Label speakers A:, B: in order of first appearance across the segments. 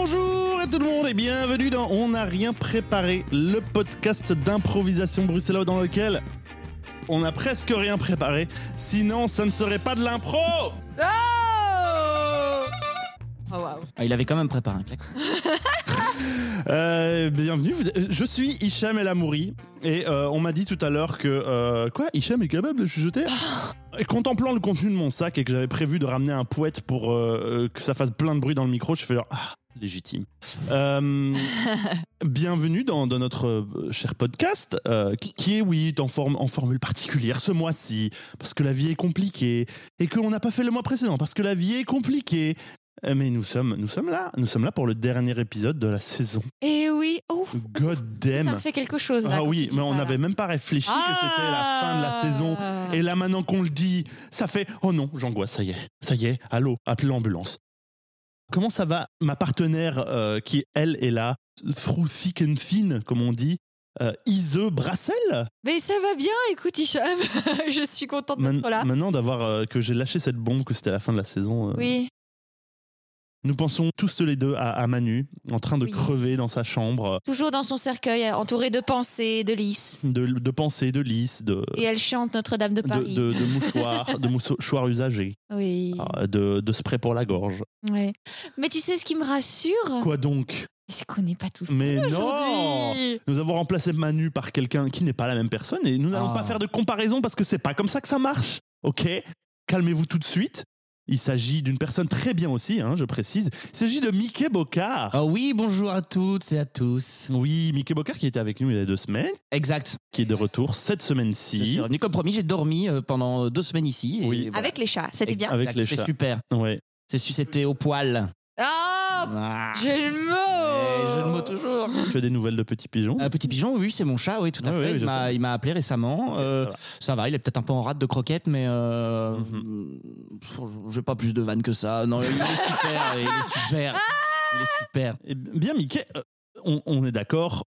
A: Bonsoir tout le monde et bienvenue dans On n'a rien préparé, le podcast d'improvisation bruxellois dans lequel on n'a presque rien préparé, sinon ça ne serait pas de l'impro
B: Oh wow.
C: Ah, il avait quand même préparé un klaxon.
A: Euh, Bienvenue, vous- euh, je suis Hicham El Amouri et euh, on m'a dit tout à l'heure que... euh, quoi Hicham est capable de chuchoter Et Contemplant le contenu de mon sac et que j'avais prévu de ramener un poète pour euh, euh, que ça fasse plein de bruit dans le micro, je fais genre... Ah, légitime. Euh, bienvenue dans, dans notre euh, cher podcast euh, qui, qui est, oui, en, forme- en formule particulière ce mois-ci parce que la vie est compliquée et qu'on n'a pas fait le mois précédent parce que la vie est compliquée. Euh, Mais nous sommes, nous sommes là, nous sommes là pour le dernier épisode de la saison.
B: Et oui, oh,
A: God
B: ça
A: damn.
B: me fait quelque chose là.
A: Ah
B: quand
A: oui,
B: tu dis
A: mais
B: ça,
A: on
B: là.
A: n'avait même pas réfléchi que c'était la fin de la
B: Ah.
A: saison. Et là maintenant qu'on le dit, ça fait oh non, j'angoisse, ça y est, ça y est, allô, appelez l'ambulance. Comment ça va ma partenaire euh, qui elle est là, through thick and thin comme on dit, euh, Ise Brassel
B: Mais ça va bien, écoute Hicham, je suis contente
A: Man-
B: d'être là.
A: Maintenant d'avoir euh, que j'ai lâché cette bombe que c'était la fin de la saison. euh,
B: Oui,
A: Nous pensons tous les deux à, à Manu en train de
B: Oui.
A: crever dans sa chambre
B: toujours dans son cercueil, euh, entourée de pensées, de lys.
A: de, de pensées, de lys, de
B: Et elle chante Notre-Dame de
A: de,
B: Paris.
A: de- de mouchoirs, de mouchoirs usagés,
B: Oui.
A: euh, de, de spray pour la gorge.
B: ouais. Mais tu sais ce qui me rassure
A: Ah. Quoi donc
B: Ah. C'est qu'on n'est pas tous
A: Mais non
B: aujourd'hui.
A: Nous avons remplacé Manu par quelqu'un qui n'est pas la même personne et nous n'allons
C: Ah.
A: pas faire de comparaison parce que c'est pas comme ça que ça marche. Ok Calmez-vous tout de suite. Il s'agit d'une personne très bien aussi, hein, je précise. Il s'agit de Mickey Bocard.
C: Ah oui, bonjour à toutes et à tous.
A: Oui, Mickey Bocard qui était avec nous il y a deux semaines,
C: Exact.
A: qui est de retour cette
C: Je
A: semaine-ci.
C: suis revenu comme promis, j'ai dormi euh, pendant deux semaines ici. et
A: Oui.
C: voilà.
B: Avec les chats, c'était bien.
C: Exact,
A: Avec les
C: c'était
A: chats.
C: super.
A: Ouais.
C: C'est su- c'était au poil.
B: Ah
C: Ah.
B: J'ai le
C: Eh,
B: mot
C: j'ai le mot toujours.
A: Tu as des nouvelles de Petit Pigeon
C: Un petit pigeon, oui, c'est mon chat, Ah oui, tout à
A: Ouais, ouais,
C: fait.
A: je
C: il m'a-
A: sais.
C: il m'a appelé récemment. Euh, ça va, il est peut-être un peu en rate de croquettes, mais euh, pff, j'ai pas plus de vannes que ça. Non, il est super, il est super,
B: Ah
C: il est super.
A: Eh bien, Mickey, euh, on, on est d'accord,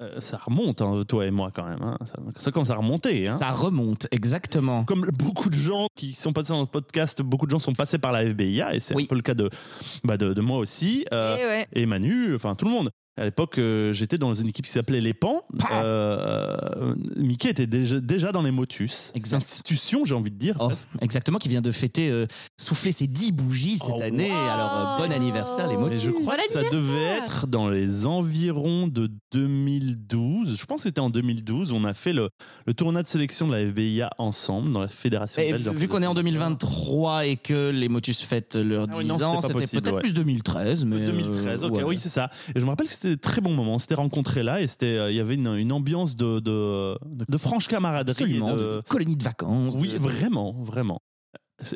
A: euh, ça remonte, hein, toi et moi, quand même. hein. Ça, ça commence à remonter. hein.
C: Ça remonte, exactement.
A: Comme beaucoup de gens qui sont passés dans notre podcast, beaucoup de gens sont passés par la FBIA, et c'est
C: Oui.
A: un peu le cas de, bah, de, de moi aussi, euh,
B: Eh ouais.
A: et Manu, enfin tout le monde. À l'époque, euh, j'étais dans une équipe qui s'appelait Les Pans.
C: Pah
A: Euh, euh, Mickey était déjà, déjà dans les Motus.
C: Exact.
A: Institution, j'ai envie de dire.
C: Oh, exactement, qui vient de fêter, euh, souffler ses 10 bougies cette
A: Oh,
C: année.
B: wow.
C: Alors, euh, bon anniversaire, les mots.
A: Et je crois
B: Bon
A: que ça devait être dans les environs de 2012. Je pense que c'était en 2012. On a fait le, le tournoi de sélection de la FBIA ensemble dans la Fédération
C: Et
A: belge.
C: vu qu'on est en 2023 et que les Motus fêtent leurs
A: Ah
C: 10
A: oui, non, c'était
C: ans,
A: pas
C: c'était
A: possible,
C: peut-être
A: ouais.
C: plus 2013. Mais euh,
A: 2013, ok,
C: ouais.
A: oui, c'est ça. Et je me rappelle que c'était des très bons moments. On s'était rencontrés là et c'était, euh, il y avait une, une ambiance de, de, de franche camaraderie. et
C: Absolument,
A: de-
C: de colonie de vacances.
A: Oui,
C: de-
A: vraiment, vraiment.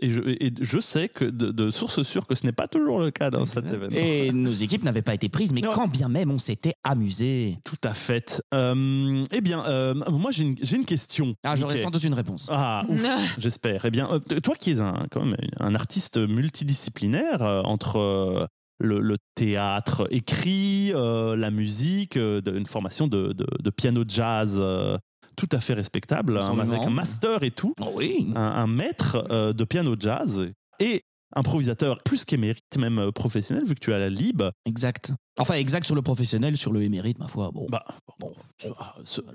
A: Et je, et je sais que de, de source sûre que ce n'est pas toujours le cas dans cet événement.
C: Et nos équipes n'avaient pas été prises, mais
A: Non.
C: quand bien même on s'était amusé.
A: Tout à fait. Euh, eh bien, euh, moi j'ai une, j'ai une question.
C: Ah, j'aurais
A: Mickey.
C: sans doute une réponse.
A: Ah, ouf, j'espère. Eh bien, euh, t- toi qui es un, quand même un artiste multidisciplinaire euh, entre euh, le, le théâtre écrit, euh, la musique, euh, de- une formation de, de- de piano jazz euh, tout à fait respectable, hein,
C: Absolument.
A: avec un master et tout,
C: Oh oui.
A: un, un maître euh, de piano jazz et improvisateur plus qu'émérite, même euh, professionnel, vu que tu es à la Lib.
C: Exact. Enfin, exact sur le professionnel, sur le émérite, ma foi. Bon.
A: Bah, bon, ce- ah, ce- faut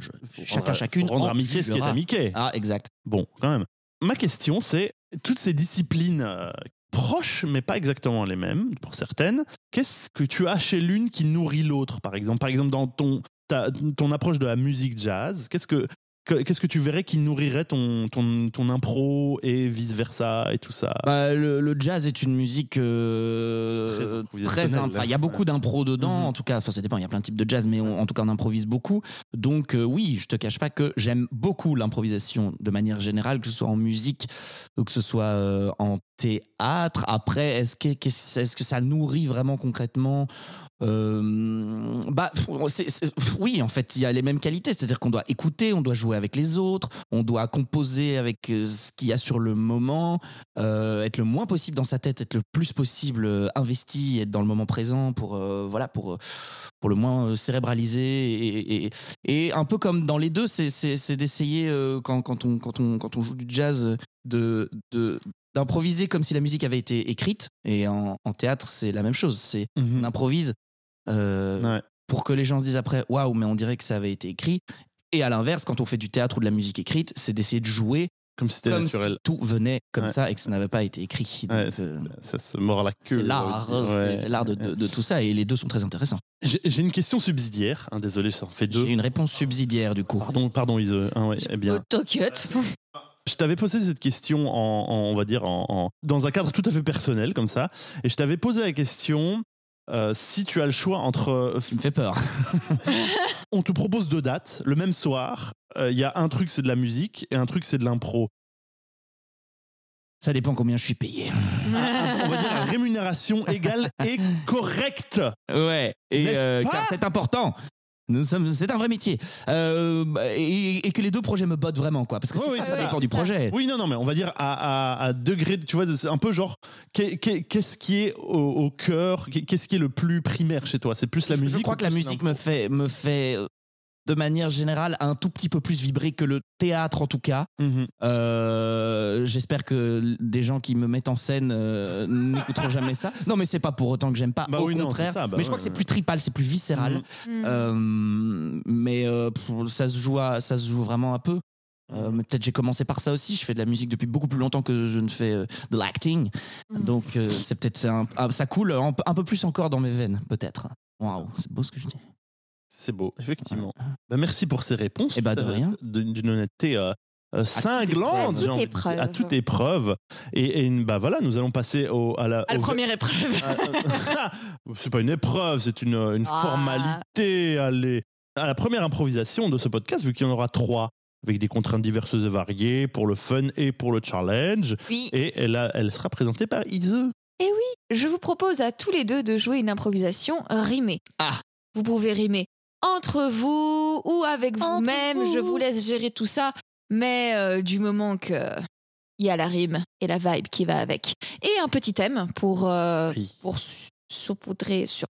C: Chacun,
A: rendre à- faut
C: chacune
A: Rendre
C: en
A: à Mickey ce qui est à
C: jugera.
A: Mickey.
C: Ah, exact.
A: Bon, quand même. Ma question, c'est toutes ces disciplines euh, proches, mais pas exactement les mêmes pour certaines. Qu'est-ce que tu as chez l'une qui nourrit l'autre, par exemple Par exemple, dans ton ta- ton approche de la musique jazz, qu'est-ce que que- Qu'est-ce que tu verrais qui nourrirait ton, ton, ton impro et vice-versa et tout ça
C: Bah, le, le jazz est une musique
A: Très
C: euh,
A: improvisationnelle,
C: très im- enfin, Il y a beaucoup d'impro dedans,
A: Mhm.
C: en tout cas. Enfin, ça dépend. Il y a plein de types de jazz, mais on- en tout cas, on improvise beaucoup. Donc, euh, oui, je te cache pas que j'aime beaucoup l'improvisation de manière générale, que ce soit en musique ou que ce soit euh, en théâtre. Après, est-ce que, qu'est-ce- est-ce que ça nourrit vraiment concrètement Euh, bah, pff, c'est- c'est- pff, oui, en fait, il y a les mêmes qualités. C'est-à-dire qu'on doit écouter, on doit jouer avec les autres, on doit composer avec euh, ce qu'il y a sur le moment, euh, être le moins possible dans sa tête, être le plus possible euh, investi, être dans le moment présent pour, euh, voilà, pour, euh, pour le moins euh, cérébraliser. Et, et- et un peu comme dans les deux, c'est- c'est c'est d'essayer, euh, quand, quand, on, quand, on, quand on joue du jazz, euh, de, de, d'improviser comme si la musique avait été écrite. Et en, en théâtre, c'est la même chose. C'est on improvise euh,
A: Mhm. Mmh. Ouais.
C: pour que les gens se disent après waouh mais on dirait que ça avait été écrit et à l'inverse quand on fait du théâtre ou de la musique écrite c'est d'essayer de jouer
A: Comme si c'était
C: comme
A: naturel.
C: si tout venait comme
A: Ouais.
C: ça et que ça n'avait pas été écrit Donc,
A: Ouais, c'est-
C: euh,
A: Ça se mord la queue. euh,
C: c'est l'art
A: Ouais.
C: c'est- c'est l'art de, de- de tout ça et les deux sont très intéressants
A: J'ai j'ai une question subsidiaire. hein, désolé, ça en fait deux.
C: j'ai une réponse subsidiaire du coup
A: Pardon, pardon, Ise. Hein, ouais, eh bien,
B: T'inquiète.
A: je t'avais posé cette question en, en- on va dire, en, en- dans un cadre tout à fait personnel comme ça, et je t'avais posé la question euh, si tu as le choix entre, euh,
C: tu me fais peur
A: on te propose deux dates le même soir. euh, Il y a un truc c'est de la musique et un truc c'est de l'impro.
C: ça dépend combien je suis payé
A: ah, On va dire la rémunération égale et correcte.
C: Ouais, et
A: N'est-ce
C: euh,
A: pas
C: car c'est important. Nous sommes, c'est un vrai métier. Euh, et, et que les deux projets me bottent vraiment, quoi. Parce que
A: Oui,
C: c'est
A: oui,
C: ça,
A: c'est
C: ça
A: ça.
C: dépend du
B: Ça.
C: projet.
A: Oui, non, non, mais on va dire à, à, à degré, de- tu vois, c'est un peu genre, qu'est- qu'est- qu'est-ce qui est au, au cœur, qu'est- qu'est-ce qui est le plus primaire chez toi C'est plus la
C: Je-
A: musique
C: je crois
A: ou
C: que la
A: plus
C: musique
A: l'impro
C: me fait, me fait, euh, de manière générale, un tout petit peu plus vibrer que le théâtre, en tout cas.
A: Mhm.
C: Euh, J'espère que l- des gens qui me mettent en scène euh, n'écouteront jamais ça. Non, mais c'est pas pour autant que j'aime pas.
A: Bah
C: au
A: oui, non,
C: contraire.
A: c'est ça, bah
C: mais je crois
A: ouais,
C: que c'est
A: ouais.
C: plus tripal, c'est plus viscéral.
A: Mhm.
B: Mm.
C: Euh, mais euh, pff, ça se joue à- ça se joue vraiment un peu Euh, mais peut-être j'ai commencé par ça aussi je fais de la musique depuis beaucoup plus longtemps que je ne fais euh, de l'acting
B: Mhm.
C: donc euh, c'est peut-être c'est un- un- ça coule un, un peu plus encore dans mes veines peut-être waouh c'est beau ce que je dis
A: C'est beau, effectivement. Bah, merci pour ces réponses.
C: Eh bah, de
A: Euh,
C: rien.
A: D'une d'une honnêteté euh, euh, cinglante,
B: épreuve.
A: j'ai envie
B: Toute
A: de dire, à
B: épreuve.
A: toute épreuve. Et, et une- bah voilà, nous allons passer au, à la.
B: À la
A: au-
B: première Ah, épreuve.
A: à- à- c'est pas une épreuve, c'est une, une
B: Ah.
A: formalité. Allez. À la première improvisation de ce podcast, vu qu'il y en aura trois, avec des contraintes diverses et variées, pour le fun et pour le challenge.
B: Oui.
A: Et elle, a- elle sera présentée par Ise.
B: Je vous propose à tous les deux de jouer une improvisation rimée.
C: Ah.
B: Vous pouvez rimer entre vous ou avec
D: Entre
B: vous-même.
D: vous.
B: Je vous laisse gérer tout ça. Mais euh, du moment que il y a la rime et la vibe qui va avec. Et un petit thème pour, euh,
A: Oui.
B: pour s- saupoudrer sur.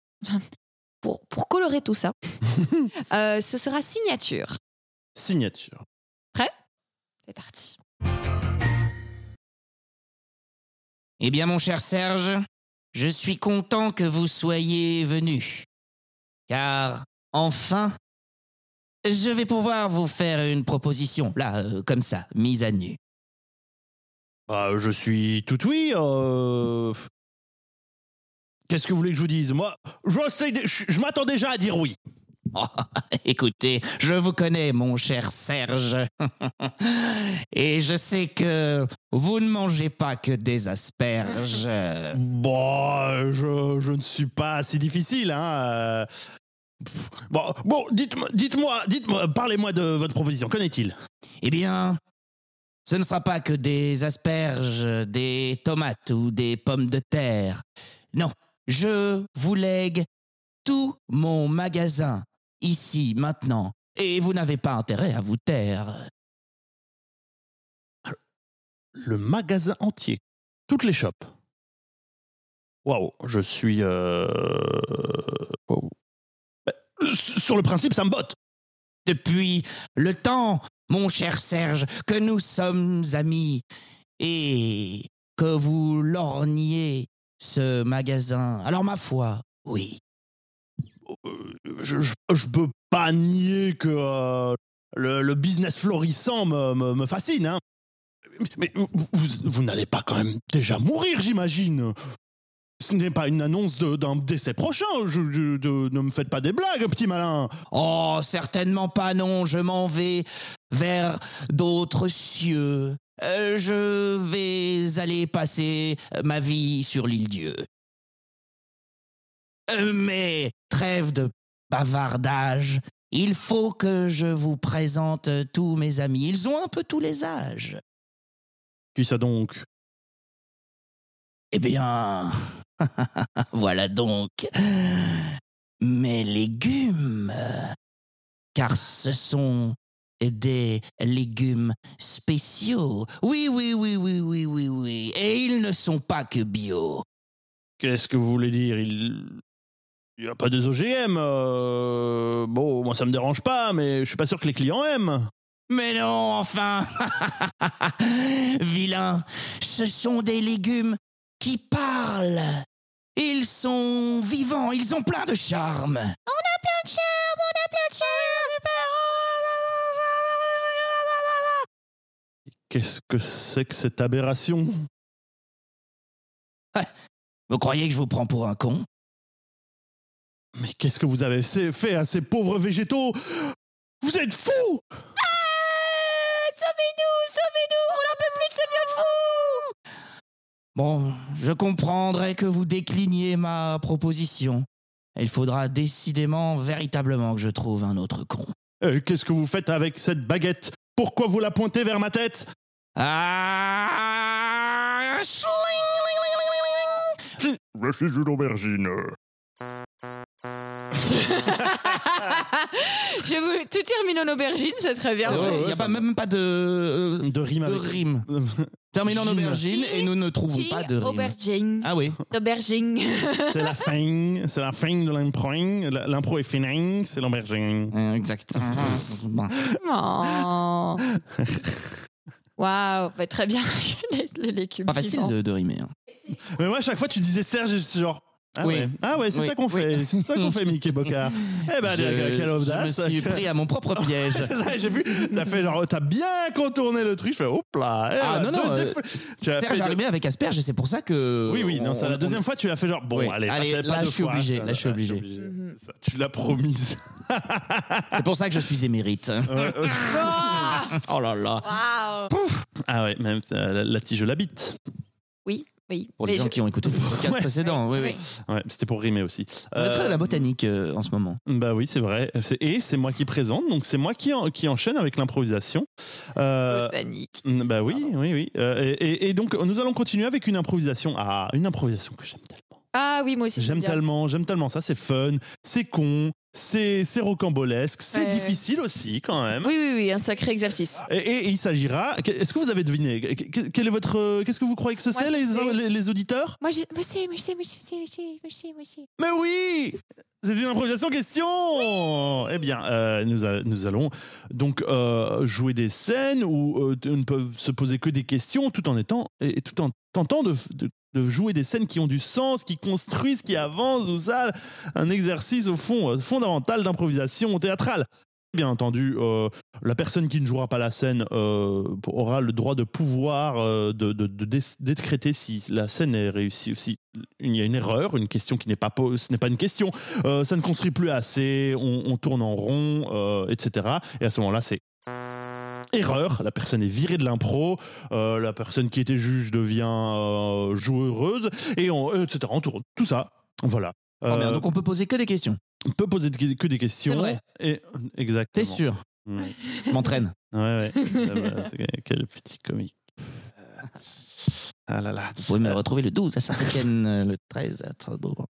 B: Pour, pour colorer tout ça. Euh, ce sera signature.
A: Signature.
B: C'est parti.
C: Eh bien, mon cher Serge, je suis content que vous soyez venu. Car, enfin, je vais pouvoir vous faire une proposition, là, euh, comme ça, mise à nu.
A: Bah, je suis tout oui. euh, Qu'est-ce que vous voulez que je vous dise Moi, je, sais dé- je- je m'attends déjà à dire oui.
C: Oh, écoutez, je vous connais, mon cher Serge. Et je sais que vous ne mangez pas que des asperges.
A: Bon, euh, je, je ne suis pas si difficile. Hein. euh. Pff, Bon, bon dites-moi, dites-moi, dites-moi, parlez-moi de votre proposition. Qu'en est-il
C: Eh bien, ce ne sera pas que des asperges, des tomates ou des pommes de terre. Non, je vous lègue tout mon magasin, ici, maintenant. Et vous n'avez pas intérêt à vous taire.
A: Le magasin entier. Toutes les shops. Waouh, je suis. euh, waouh. Bah, s- Sur le principe, ça me botte.
C: Depuis le temps, mon cher Serge, que nous sommes amis et que vous lorgniez ce magasin. Alors ma foi, oui.
A: Euh, je, je, je peux pas nier que euh, le, le business florissant me, me- me fascine. hein. Mais vous, vous- vous n'allez pas quand même déjà mourir, j'imagine. Ce n'est pas une annonce de- d'un décès prochain. Je, je- de- ne me faites pas des blagues, petit malin.
C: Oh, certainement pas, non, je m'en vais vers d'autres cieux. Euh, je vais aller passer euh, ma vie sur l'île Dieu. Euh, mais trêve de bavardage, il faut que je vous présente tous mes amis. Ils ont un peu tous les âges.
A: Qui ça donc
C: Eh bien, voilà donc mes légumes. Car ce sont des légumes spéciaux. Oui, oui, oui, oui, oui, oui, oui. Et ils ne sont pas que bio.
A: Qu'est-ce que vous voulez dire Il n'y a pas des OGM. euh, Bon, moi, ça me dérange pas, mais je suis pas sûr que les clients aiment.
C: Mais non, enfin Vilain, ce sont des légumes qui parlent Ils sont vivants, ils ont plein de charme.
A: Qu'est-ce que c'est que cette aberration
C: Vous croyez que je vous prends pour un con
A: Mais qu'est-ce que vous avez fait à ces pauvres végétaux Vous êtes fous
B: Sauvez-nous, sauvez-nous, on n'en peut plus de ce vieux fou
C: Bon, je comprendrai que vous décliniez ma proposition. Il faudra décidément, véritablement, que je trouve un autre con.
A: Euh, Qu'est-ce que vous faites avec cette baguette Pourquoi vous la pointez vers ma tête
C: Ah Schling-ling-ling-ling-ling.
A: Je suis une aubergine.
B: Je vous... Tout termine en aubergine, c'est très bien.
A: Ah ouais,
C: Il n'y a
A: ça
C: pas,
A: va.
C: même pas de, euh,
A: De rime
C: de
A: avec...
C: rime. Terminons en
A: Gine.
C: aubergine et nous ne trouvons
B: Ching,
C: pas de rime.
B: Aubergine.
C: Ah oui.
B: Aubergine.
A: C'est la fin, c'est la fin de l'impro. La- L'impro est finie, c'est l'aubergine.
C: Euh, Exact. Bon.
B: Oh. Waouh, bah, très bien. Je laisse le légume.
C: Pas facile
B: vivant.
C: de, de rimer. hein.
A: Mais moi, à chaque fois, tu disais Serge, je suis genre. Ah
C: Oui.
A: ouais, ah ouais c'est
C: Oui.
A: ça qu'on fait, c'est ça qu'on fait, Mickey Bocard. Eh ben,
C: je,
A: quelle audace.
C: je me suis pris à mon propre piège.
A: C'est ça, J'ai vu, t'as fait genre, t'as bien contourné le truc. Je fais, hop là. eh,
C: Ah non,
A: deux-
C: non,
A: deux
C: euh,
A: fois- tu as
C: Serge
A: fait-
C: arrivé avec Asperge et c'est pour ça que.
A: Oui, oui, non,
C: Euh, on-
A: c'est la
C: on-
A: deuxième fois, tu l'as fait genre, bon,
C: Oui,
A: allez,
C: allez,
A: passez pas
C: là,
A: deux
C: je suis
A: fois. Ah,
C: obligé, là, je suis
A: Ouais,
C: obligé.
B: Mhm.
A: C'est ça, Tu l'as promise.
C: C'est pour ça que je suis émérite.
A: Ouais, euh,
B: Ah,
C: Oh là là.
B: Waouh.
A: ah ouais, même euh, la, la tige, je l'habite.
B: Oui.
C: Pour les
B: mais
C: gens
B: je-
C: qui ont écouté le podcast
A: Ouais.
C: précédent, oui, oui.
A: Ouais, c'était pour rimer aussi.
C: On est très
A: Euh,
C: de la botanique euh, en ce moment.
A: Bah oui, c'est vrai. C'est- Et c'est moi qui présente, donc c'est moi qui, en- qui enchaîne avec l'improvisation. Euh,
B: Botanique.
A: Mm, Bah oui, oui, oui. Euh, et, et- et donc, nous allons continuer avec une improvisation. Ah, une improvisation que j'aime tellement.
B: Ah oui, moi aussi.
A: J'aime
B: bien.
A: tellement, j'aime tellement ça. C'est fun, c'est con, c'est c'est rocambolesque, c'est
B: Ouais.
A: difficile aussi quand même.
B: Oui, oui, oui, un sacré exercice.
A: Et, et- et il s'agira. que- Est-ce que vous avez deviné Que- Quel est votre euh, Qu'est-ce que vous croyez que ce
B: Moi,
A: c'est,
B: je
A: les,
B: sais.
A: les, les auditeurs
B: Moi, je moi, je sais, moi, je sais, moi, je sais, moi, je sais, moi, je sais, moi, je sais.
A: Mais oui c'est une improvisation question Eh bien, euh, nous, a- nous allons donc euh, jouer des scènes où euh, on ne peuvent se poser que des questions tout en étant et, et tout en tentant de, f- de- de jouer des scènes qui ont du sens, qui construisent, qui avancent, ou ça, un exercice au fond euh, fondamental d'improvisation théâtrale. Bien entendu, euh, la personne qui ne jouera pas la scène euh, aura le droit de pouvoir euh, de, de- de dé- décréter si la scène est réussie, si il y a une erreur, une question qui n'est pas po- ce n'est pas une question, euh, ça ne construit plus assez, on, on tourne en rond, euh, etc. Et à ce moment-là, c'est erreur. La personne est virée de l'impro, euh, la personne qui était juge devient euh, joueuse, et on, etc. On tourne tout ça. Voilà.
C: Oh merde,
A: Euh,
C: donc on peut poser que des questions.
A: on peut poser que que des questions.
C: C'est vrai.
A: Et,
C: T'es
A: exactement.
C: sûr
A: Mm.
C: Je m'entraîne.
A: Ouais, ouais. Ah bah, c'est- Quel petit comique. Ah là là.
C: Vous pouvez me retrouver le 12 à Saint-Étienne, euh, le 13 à Strasbourg.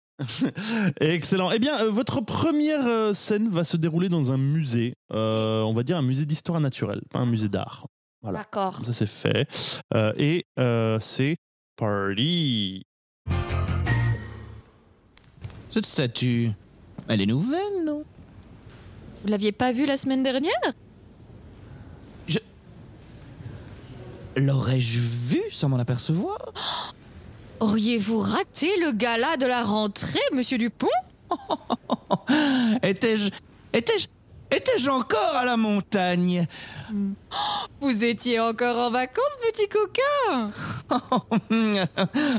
A: Excellent. Eh bien, euh, votre première euh, scène va se dérouler dans un musée. Euh, on va dire un musée d'histoire naturelle, pas un musée d'art. Voilà.
B: D'accord.
A: Ça, c'est fait. Euh, et euh, c'est party.
C: Cette statue, elle est nouvelle, non
B: Vous l'aviez pas vu la semaine dernière
C: L'aurais-je vue sans m'en apercevoir
B: Auriez-vous raté le gala de la rentrée, monsieur Dupont
C: Étais-je. Étais-je. Étais-je encore à la montagne
B: Vous étiez encore en vacances, petit coquin
C: Hum,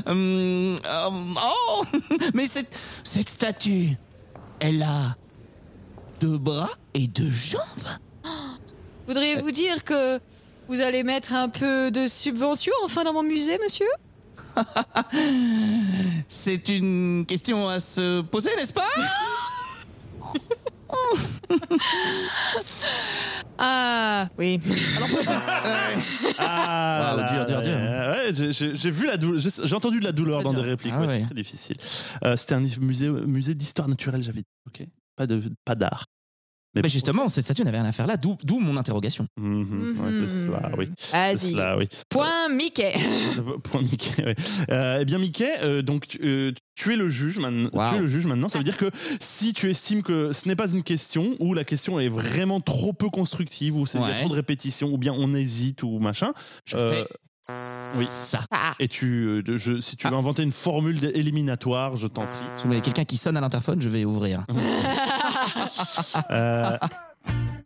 C: hum, Oh Mais cette, cette statue, elle a deux bras et deux jambes
A: Euh.
B: Voudriez-vous dire que vous allez mettre un peu de subvention enfin dans mon musée, monsieur
C: C'est une question à se poser, n'est-ce pas
B: Ah, oui.
A: Ah,
C: Waouh, dur, dur, dur.
A: ouais. Ouais, j'ai- j'ai j'ai vu la douleur. J'ai j'ai entendu de la douleur
C: Très
A: dans
C: dur.
A: des répliques.
C: Ah
A: ouais,
C: ouais.
A: C'est très difficile. Euh, C'était un musée, musée d'histoire naturelle, j'avais dit. Ok. Pas de, pas d'art.
C: Mais Eh Bah, ben, justement, cette statue n'avait rien à faire là, d'où d'où mon interrogation.
A: Mhm, ouais, c'est cela, oui. C'est
B: Vas-y.
A: cela, oui.
B: Point Mickey.
A: Point Mickey. ouais. Euh, eh bien Mickey, euh, donc tu, euh, tu es le juge maintenant.
C: Wow.
A: Tu es le juge maintenant. Ça veut dire que si tu estimes que ce n'est pas une question ou la question est vraiment trop peu constructive ou c'est il y a
C: Ouais.
A: trop de répétitions ou bien on hésite ou machin,
C: Je
A: euh,
C: fais
A: Oui.
C: Ça.
B: Ah.
A: Et tu, euh, de- je- si tu
C: Ah.
A: veux inventer une formule d- éliminatoire, je t'en prie.
C: Si vous avez quelqu'un qui sonne à l'interphone, je vais ouvrir.
A: Euh,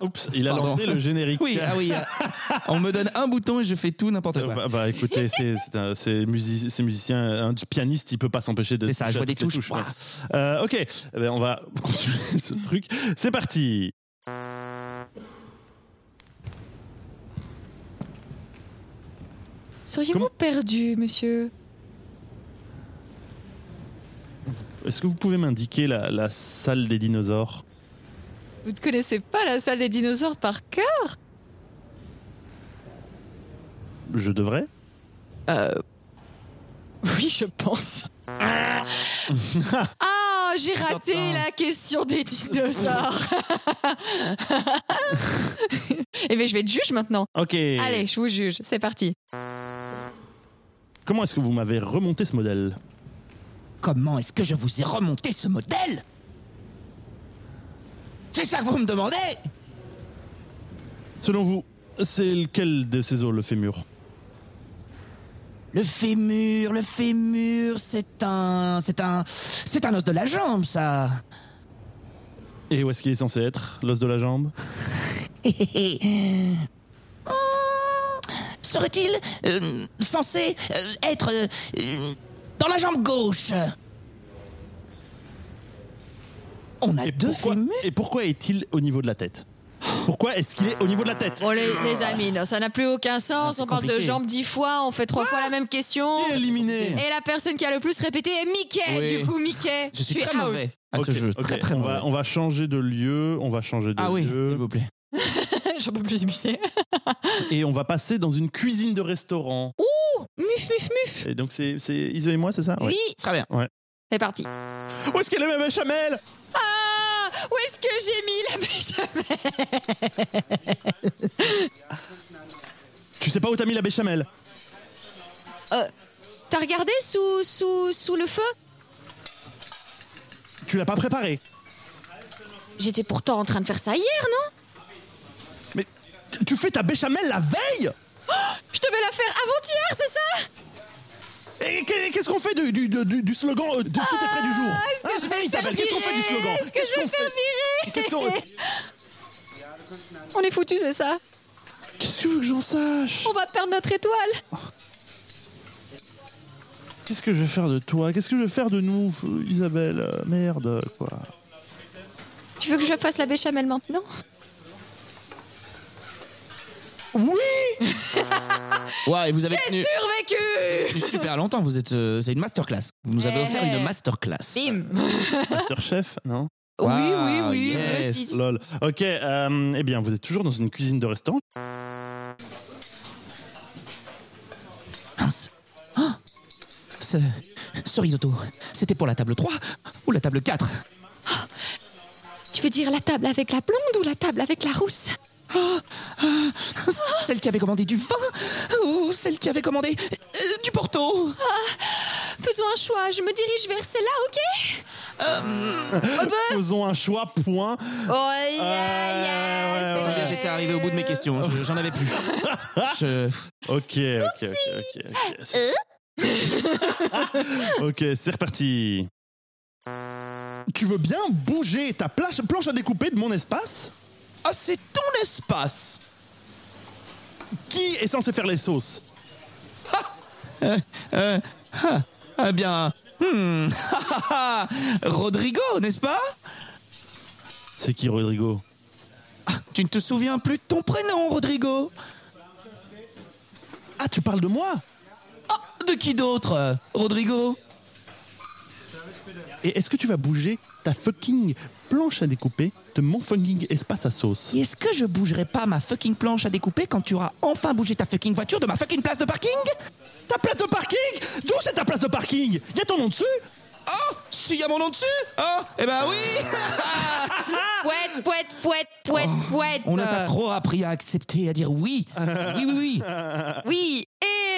A: Oups, il a
C: Ah. Pardon.
A: lancé le générique.
C: Oui, ah oui. euh, on me donne un bouton et je fais tout n'importe
A: Euh,
C: quoi.
A: Bah, bah, écoutez, c'est c'est un- c'est musi- c'est musicien, un pianiste, il peut pas s'empêcher de.
C: C'est ça,
A: toucher
C: je vois
A: à
C: des
A: toutes les
C: touches.
A: ouais. Euh, ok, Eh ben, on va continuer ce truc. C'est parti.
B: Seriez-vous perdu, monsieur
A: Est-ce que vous pouvez m'indiquer la, la salle des dinosaures
B: Vous ne connaissez pas la salle des dinosaures par cœur
A: Je devrais
B: Oui, je pense. Ah, j'ai raté
C: Tintin.
B: la question des dinosaures. Eh bien, je vais être juge maintenant.
A: Ok.
B: Allez, je vous juge. C'est parti.
A: Comment est-ce que vous m'avez remonté ce modèle
C: Comment est-ce que je vous ai remonté ce modèle C'est ça que vous me demandez
A: Selon vous, c'est lequel de ces os le fémur
C: Le fémur, le fémur, c'est un. C'est un. C'est un os de la jambe, ça
A: Et où est-ce qu'il est censé être L'os de la jambe
C: Hé, hé, hé. Hmm, Serait-il euh, censé euh, être euh, dans la jambe gauche On a deux
A: pourquoi,
C: fémurs
A: et pourquoi est-il au niveau de la tête Pourquoi est-ce qu'il est au niveau de la tête
B: Bon, les, les amis, non, ça n'a plus aucun sens.
C: Ah, c'est
B: on parle de
C: compliqué.
B: jambes dix fois, on fait trois fois la même question.
A: Qui est éliminé
B: Et la personne qui a le plus répété est Mickey.
C: Oui.
B: Du coup, Mickey,
C: Je suis
B: tu es
C: très
B: out.
C: mauvais à
A: Ah, Ok,
C: Ah, ce jeu.
A: ok,
C: Très très
A: on
C: mauvais.
A: va, on va changer de lieu, on va changer de
C: Ah oui, s'il
A: lieu.
C: vous plaît.
B: J'en peux plus abuser.
A: Et on va passer dans une cuisine de restaurant.
B: Muf, muf, muf.
A: Et donc c'est c'est Iso et moi, c'est ça Ouais.
B: Oui,
C: Très bien.
B: c'est parti.
A: Où est-ce qu'elle est ma béchamel
B: Ah, où est-ce que j'ai mis la béchamel
A: Tu sais pas où t'as mis la béchamel
B: T'as regardé sous, sous, sous le feu
A: Tu l'as pas préparée.
B: J'étais pourtant en train de faire ça hier, non
A: Mais tu fais ta béchamel la veille
B: Je devais la faire avant-hier, c'est ça
A: Et qu'est- qu'est-ce qu'on fait du, du, du, du slogan euh, de tous les frais du jour
B: Ah,
A: Ah,
B: est-ce que je vais me
A: Isabelle, ben,
B: faire
A: Qu'est-ce qu'on fait du
B: virer
A: slogan
B: Est-ce que
A: Qu'est-ce
B: je vais
A: qu'on
B: me faire
A: fait Qu'est-ce qu'on-
B: On est foutus, c'est ça
A: Qu'est-ce que tu veux que j'en sache
B: On va perdre notre étoile
A: Qu'est-ce que je vais faire de toi Qu'est-ce que je vais faire de nous, f- Isabelle Euh, Merde, quoi.
B: Tu veux que je fasse la béchamel maintenant
A: Oui
C: Ouais, et vous avez tenu
B: Survécu
C: tenu super longtemps. Vous êtes, euh, c'est une masterclass. Vous nous avez
B: Eh.
C: offert une masterclass.
B: Bim
A: Masterchef, non
B: Oui,
C: Waouh,
B: oui, oui,
C: yes.
B: le six.
A: Lol. Ok, euh, eh bien, vous êtes toujours dans une cuisine de restaurant.
C: Mince. Ah ce, ce risotto, c'était pour la table 3 ou la table 4
B: Tu veux dire la table avec la blonde ou la table avec la rousse
C: Celle qui avait commandé du vin ou celle qui avait commandé euh, du porto
B: Faisons un choix, je me dirige vers celle-là, ok
A: Faisons un choix, point. Euh,
B: Oh,
A: ouais, ouais,
B: c'est vrai.
A: ouais.
C: J'étais arrivé au bout de mes questions, je- j'en avais plus. Je-
A: Ok, ok, ok, ok. Ok, c'est Ok, c'est reparti. Tu veux bien bouger ta planche, planche à découper de mon espace
C: Ah, c'est ton espace
A: Qui est censé faire les sauces
C: Euh, ah, Eh bien, hmm, Rodrigo, n'est-ce pas
A: C'est qui, Rodrigo
C: Tu ne te souviens plus de ton prénom, Rodrigo
A: Ah, tu parles de moi
C: Ah, De qui d'autre, euh, Rodrigo
A: Et est-ce que tu vas bouger ta fucking planche à découper de mon fucking espace à sauce
C: Et est-ce que je bougerai pas ma fucking planche à découper quand tu auras enfin bougé ta fucking voiture de ma fucking place de parking
A: Ta place de parking D'où c'est ta place de parking Y a ton nom dessus
C: Oh S'il y a mon nom dessus Oh Eh ben oui
B: Pouette, pouette, pouette, pouette, pouette
C: On nous a trop appris à accepter, à dire oui Oui, oui, oui
B: Oui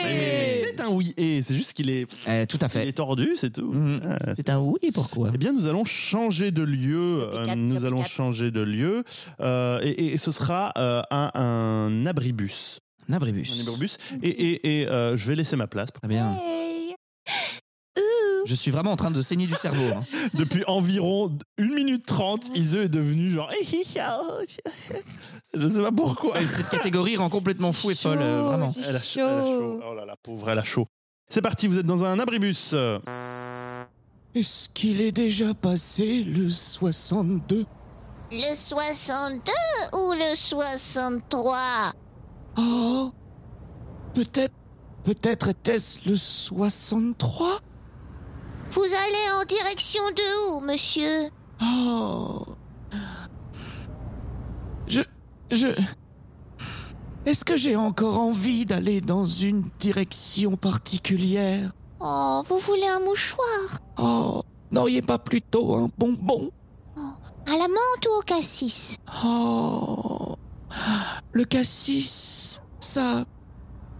B: Et
A: C'est un oui et c'est juste qu'il est,
C: Eh, Tout à
A: il est
C: fait.
A: tordu, c'est tout.
C: Mhm.
A: Ah.
C: C'est un oui, pourquoi
A: Eh bien, nous allons changer de lieu.
B: Copycat,
A: euh, nous
B: copycat.
A: allons changer de lieu. euh, et, et- et ce sera euh, un, un abribus. Un
C: Nabribus.
A: Uberbus. Et, et, et, euh, je vais laisser ma place.
C: Très bien.
B: Hey.
C: Je suis vraiment en train de saigner du cerveau. hein.
A: Depuis environ 1 minute 30, Ise est devenu genre. Eh, hi, hi, oh, Je sais pas pourquoi.
C: Et cette catégorie rend complètement fou et folle, euh,
B: Chaud,
C: vraiment.
B: j'ai
A: Elle a, chaud, elle a chaud. Oh là là, pauvre, elle a chaud. C'est parti, vous êtes dans un abribus. Euh,
C: Est-ce qu'il est déjà passé le 62
D: Le 62 ou le 63
C: Oh Peut-être. Peut-être était-ce le 63
D: Vous allez en direction de où, monsieur
C: Oh. Je. Je. Est-ce que j'ai encore envie d'aller dans une direction particulière
D: Oh, vous voulez un mouchoir
C: Oh. N'auriez pas plutôt un bonbon
D: À la menthe ou au cassis
C: Oh. Le cassis, ça.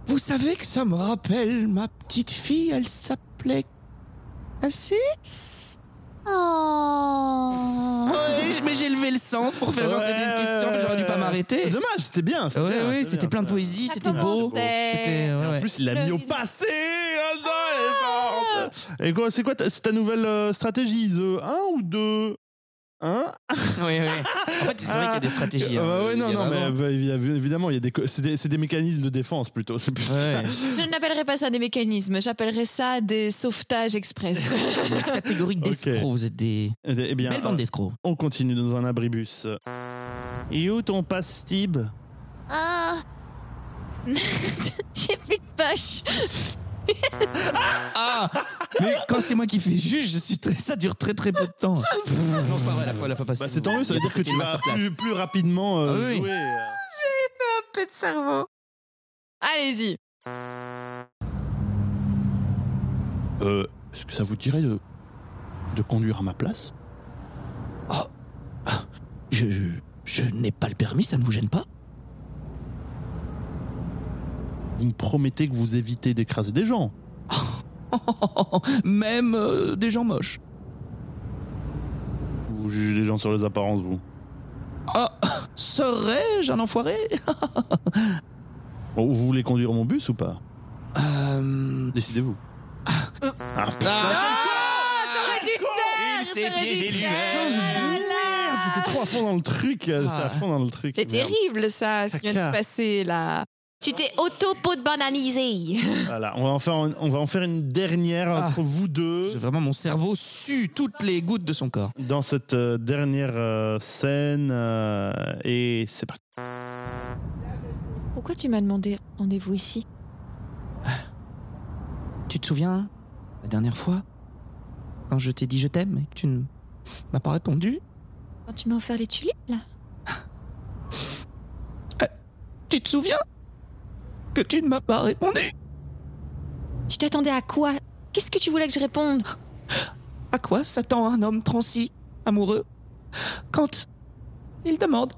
C: Vous savez que ça me rappelle ma petite fille, elle s'appelait. Cassis
D: Oh
C: Ouais, mais j'ai levé le sens pour faire genre c'était une question, en fait, j'aurais dû pas m'arrêter.
A: Dommage, c'était bien. c'était
C: Ouais,
A: bien,
C: ouais,
A: c'était
C: c'était
A: bien,
C: plein de
A: ça.
C: poésie,
B: Ça
C: c'était beau.
B: commençait.
C: C'était. ouais,
A: Et En
C: ouais.
A: plus, il l'a
B: Le
A: mis au
B: vide.
A: passé. Oh non, elle est forte. Et quoi, c'est quoi ta, c'est ta nouvelle euh, stratégie The 1 ou 2 Hein
C: Oui, oui. En fait, c'est vrai qu'il y a des stratégies.
A: Euh,
C: hein.
A: bah ouais,
C: Il y
A: non,
C: a
A: non, mais
C: vraiment-
A: bah, évi- évidemment, il y a des, co- c'est des, c'est des mécanismes de défense plutôt. C'est plus ça.
C: Ouais.
B: Je n'appellerai pas ça des mécanismes, j'appellerai ça des sauvetages express.
C: La catégorie d'escrocs, vous êtes des.
A: Eh bien,
C: Belle bande
A: euh,
C: d'escrocs.
A: on continue dans un abribus. Et où ton passe, Stib
D: Ah
B: J'ai plus de poche.
C: Ah Mais quand c'est moi qui fais juge, je suis très... ça dure très très peu de temps. non, c'est pas vrai, la fois, la fois passée.
A: Bah, c'est tant mieux, ça veut dire que
C: C'était
A: tu vas
C: masterclass.
A: plus, plus rapidement euh,
C: Ah oui.
A: jouer. euh.
B: Un peu de cerveau. Allez-y.
A: Euh, Est-ce que ça vous dirait de, de conduire à ma place
C: Je, je, je n'ai pas le permis, ça ne vous gêne pas
A: Vous me promettez que vous évitez d'écraser des gens.
C: Même euh, des gens moches.
A: Vous jugez les gens sur les apparences, vous.
C: Serais-je un enfoiré
A: Bon, vous voulez conduire mon bus ou pas
C: Euh...
A: Décidez-vous. Ah, putain.
B: T'aurais dû
C: Ah,
B: faire,
C: Il s'est
B: t'aurais dû
C: piégé
A: Putain,
B: faire.
C: lui-même.
A: j'ai
B: Ah là
A: oublié.
B: là.
A: J'étais trop à fond dans le truc. euh, J'étais à fond dans le truc.
B: C'est
A: Merde.
B: terrible ça, ce qui vient de
A: Caca.
B: se passer là.
D: Tu t'es auto-pot de bananisé
A: Voilà, on va en faire, un- on va en faire une dernière
C: Ah.
A: entre vous deux.
C: J'ai Vraiment, mon cerveau sue toutes les gouttes de son corps.
A: Dans cette euh, dernière euh, scène. euh, et c'est parti.
B: Pourquoi tu m'as demandé rendez-vous ici
C: Tu te souviens la dernière fois quand je t'ai dit je t'aime et que tu ne m'as pas répondu
B: Quand tu m'as offert les tulipes là
C: Tu te souviens que tu ne m'as pas répondu
B: Tu t'attendais à quoi Qu'est-ce que tu voulais que je réponde
C: À quoi s'attend un homme transi, amoureux, quand il demande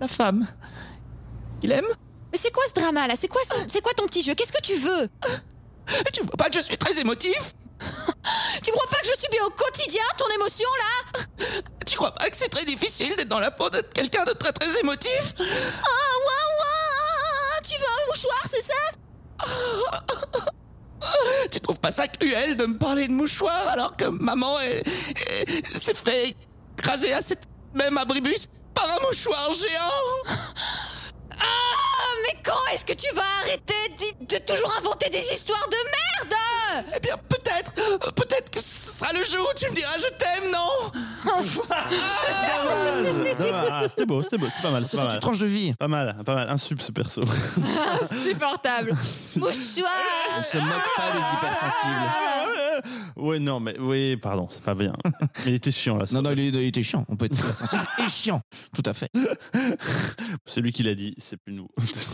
C: la femme qu'il aime
B: Mais c'est quoi ce drama là C'est quoi, son- c'est quoi ton petit jeu Qu'est-ce que tu veux
C: Et Tu vois pas que je suis très émotif
B: Tu crois pas que je subis au quotidien ton émotion là
C: Tu crois pas que c'est très difficile d'être dans la peau de quelqu'un de très très émotif
B: Ah ouah ouah Tu veux un mouchoir, c'est ça
C: Tu trouves pas ça cruel de me parler de mouchoir alors que maman est- est- s'est fait écraser à cette même abribus par un mouchoir géant
B: Ah mais quand est-ce que tu vas arrêter d'i- de toujours inventer des histoires de merde
C: Eh bien peut-être, euh, peut-être que ce sera le jour où tu me diras je t'aime, non
A: Ah, Dommage, dommage. Ah, c'était beau, c'était beau, c'était pas mal. C'était pas mal.
C: tranche de vie.
A: Pas mal, pas mal. Un sub ce perso.
B: Insupportable Mouchoir
C: On se moque pas des hypersensibles.
B: Ah.
A: ouais, non, mais oui, pardon, c'est pas bien. Il était chiant là.
C: Non, non, il, est- il était chiant. On peut être hypersensible et chiant. Tout à fait.
A: C'est lui qui l'a dit, c'est plus nous.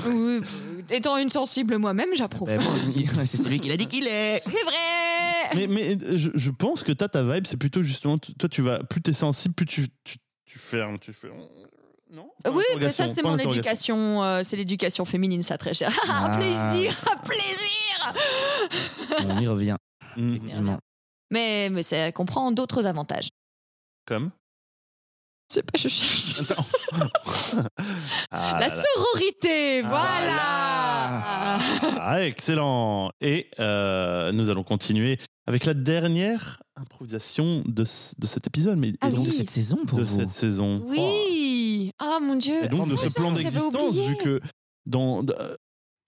B: Oui, euh, étant une sensible moi-même, j'approuve.
A: Eh
C: Eh, c'est celui qui l'a dit qu'il est.
A: ben.
B: C'est vrai
A: mais mais euh, je, je pense que t'as ta vibe, c'est plutôt justement, t- toi tu vas, plus t'es sensible, plus tu, tu, tu fermes, tu fais. Non Point
B: Oui, mais
A: d'interrogation,
B: ça c'est
A: point
B: mon
A: d'interrogation.
B: éducation, euh, c'est l'éducation féminine, ça très cher. un
C: Ah.
B: plaisir, un plaisir
C: On y revient.
A: Mhm.
C: Effectivement.
B: Mais, mais ça comprend d'autres avantages.
A: Comme
B: C'est pas je cherche.
A: Attends. Ah
B: La
A: là là.
B: sororité,
A: Ah
B: voilà.
A: là
B: Ah.
A: Ah, excellent. Et euh, nous allons continuer avec la dernière improvisation de, ce- de cet épisode, mais et
B: Ah
A: donc
C: de
B: oui.
C: cette saison pour
A: de
C: vous.
A: cette saison.
B: Oui
A: Oh.
B: Ah mon dieu
A: Et donc de ce
B: ça,
A: plan
B: j'avais
A: d'existence,
B: oublié.
A: vu que dans de- euh,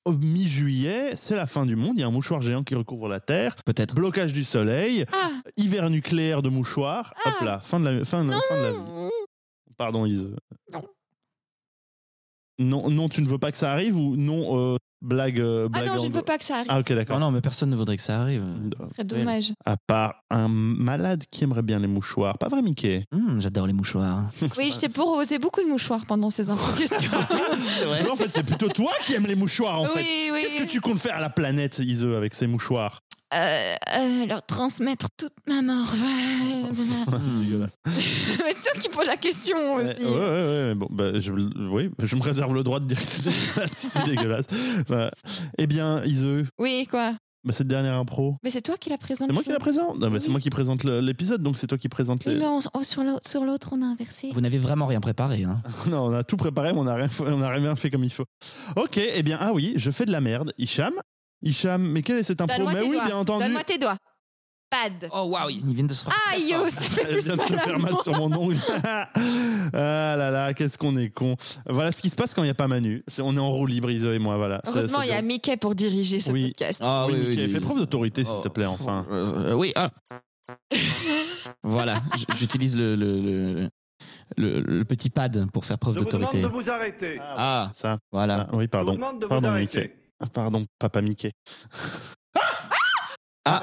A: au mi-juillet, c'est la fin du monde, il y a un mouchoir géant qui recouvre la Terre,
C: Peut-être.
A: blocage du soleil,
B: Ah
A: hiver nucléaire de mouchoirs, hop là, fin de la, fin de la, fin de la vie. Pardon, Ise.
B: Non.
A: Non, non, tu ne veux pas que ça arrive ou non, euh, blague, euh,
B: Ah
A: blague
B: non, je
A: en-
B: ne veux pas que ça arrive.
A: Ah, ok,
C: Oh
A: d'accord.
C: non, mais personne ne voudrait que ça arrive.
B: Ce serait dommage.
A: À part un malade qui aimerait bien les mouchoirs. Pas vrai, Mickey
C: Hum, J'adore les mouchoirs.
B: Oui, je t'ai proposé beaucoup de mouchoirs pendant ces questions.
C: C'est
A: Mais En fait, c'est plutôt toi qui aimes les mouchoirs, en fait.
B: oui, oui.
A: Qu'est-ce que tu comptes faire à la planète, Ise, avec ces mouchoirs
B: Euh, euh, leur transmettre toute ma mort. Mais c'est toi qui poses la question
A: Ouais,
B: aussi.
A: Euh, ouais, ouais, ouais, bon, bah, je, oui, je me réserve le droit de dire que c'est dégueulasse. si c'est dégueulasse. Bah, eh bien, Ise,
B: Oui, quoi
A: bah, cette dernière impro,
B: Mais c'est toi qui la présente.
A: c'est moi qui la présente. Non, bah, c'est moi qui présente le- l'épisode, donc c'est toi qui présente
B: Oui,
A: les...
B: mais on- on- sur l'autre, sur l'autre, on a inversé.
C: Vous n'avez vraiment rien préparé. Hein.
A: Non, on a tout préparé, mais on n'a rien, fait- on a rien fait comme il faut. Ok, eh bien, ah oui, je fais de la merde. Hicham Hicham, mais quelle est cette impro
B: Donne-moi
A: Mais
B: tes
A: oui,
B: doigts.
A: bien entendu.
B: Donne-moi tes doigts. Pad.
C: Oh waouh, ils viennent de se
B: Aïe, oh, ça fait
A: Elle
B: plus
A: vient de
B: mal.
A: se
B: à
A: faire mal
B: moi.
A: sur mon ongle. ah là là, qu'est-ce qu'on est con. Voilà ce qui se passe quand il n'y a pas Manu. C'est- on est en roue libre, Iso et moi, voilà. Ça-
B: Heureusement,
A: ça-
B: il y a Mickey pour diriger ce
A: Oui.
B: podcast.
C: Ah
A: oui,
C: oui,
A: Mickey,
C: oui, oui.
A: fais preuve d'autorité, s'il
C: Oh.
A: te plaît, enfin.
C: Euh, euh, oui, ah. voilà, j- j'utilise le, le, le, le- le petit pad pour faire preuve
E: Je vous demande
C: d'autorité.
E: de vous arrêter.
C: Ah,
A: Ça,
C: voilà.
A: ah, oui,
E: Je vous
A: pardon.
E: demande de vous
A: Pardon,
E: arrêter.
A: Mickey. Ah, Pardon, papa Mickey.
C: Ah,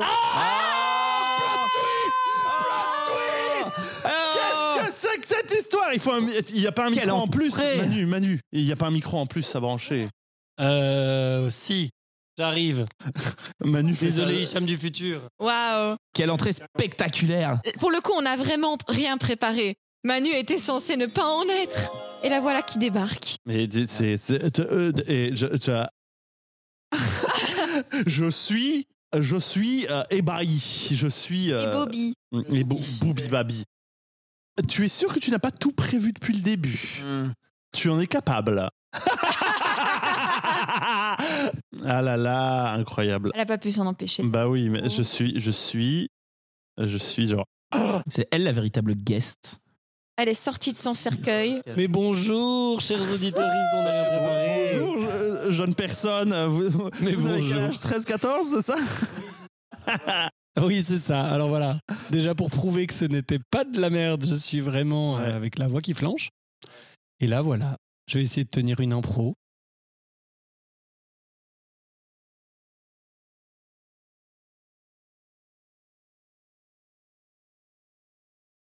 C: Ah,
A: Qu'est-ce que c'est que cette histoire Il faut un mi- il n'y a pas un
C: Quel
A: micro en plus,
C: entrée
A: Manu, Manu. Il n'y a pas un micro en plus à brancher.
F: Euh, si, j'arrive.
A: Manu, fait
F: Désolé,
A: ça-
F: Hicham du futur.
B: Waouh.
C: Quelle entrée spectaculaire
B: Pour le coup, on n'a vraiment rien préparé. Manu était censé ne pas en être. Et la voilà qui débarque.
A: Mais c'est- c'est c'est- te- euh, et je, tu- je suis je suis euh, ébahi. Je suis
B: Et
A: euh,
B: Bobby.
A: et Bo- Booby Babi. Tu es sûr que tu n'as pas tout prévu depuis le début
C: Hmm.
A: Tu en es capable. ah là là, incroyable.
B: Elle n'a pas pu s'en empêcher. ça.
A: Bah oui, mais je suis je suis je suis genre
C: C'est elle la véritable guest.
B: Elle est sortie de son cercueil.
F: Mais bonjour, chers auditeurs dont on n'a rien préparé.
A: Bonjour, je- jeune personne, euh, vous,
F: Mais
A: vous avez quel
F: bonjour.
A: âge 13 14, c'est ça
F: Oui, c'est ça. Alors voilà. Déjà pour prouver que ce n'était pas de la merde, je suis vraiment euh,
A: Ouais.
F: avec la voix qui flanche. Et là, voilà. Je vais essayer de tenir une impro.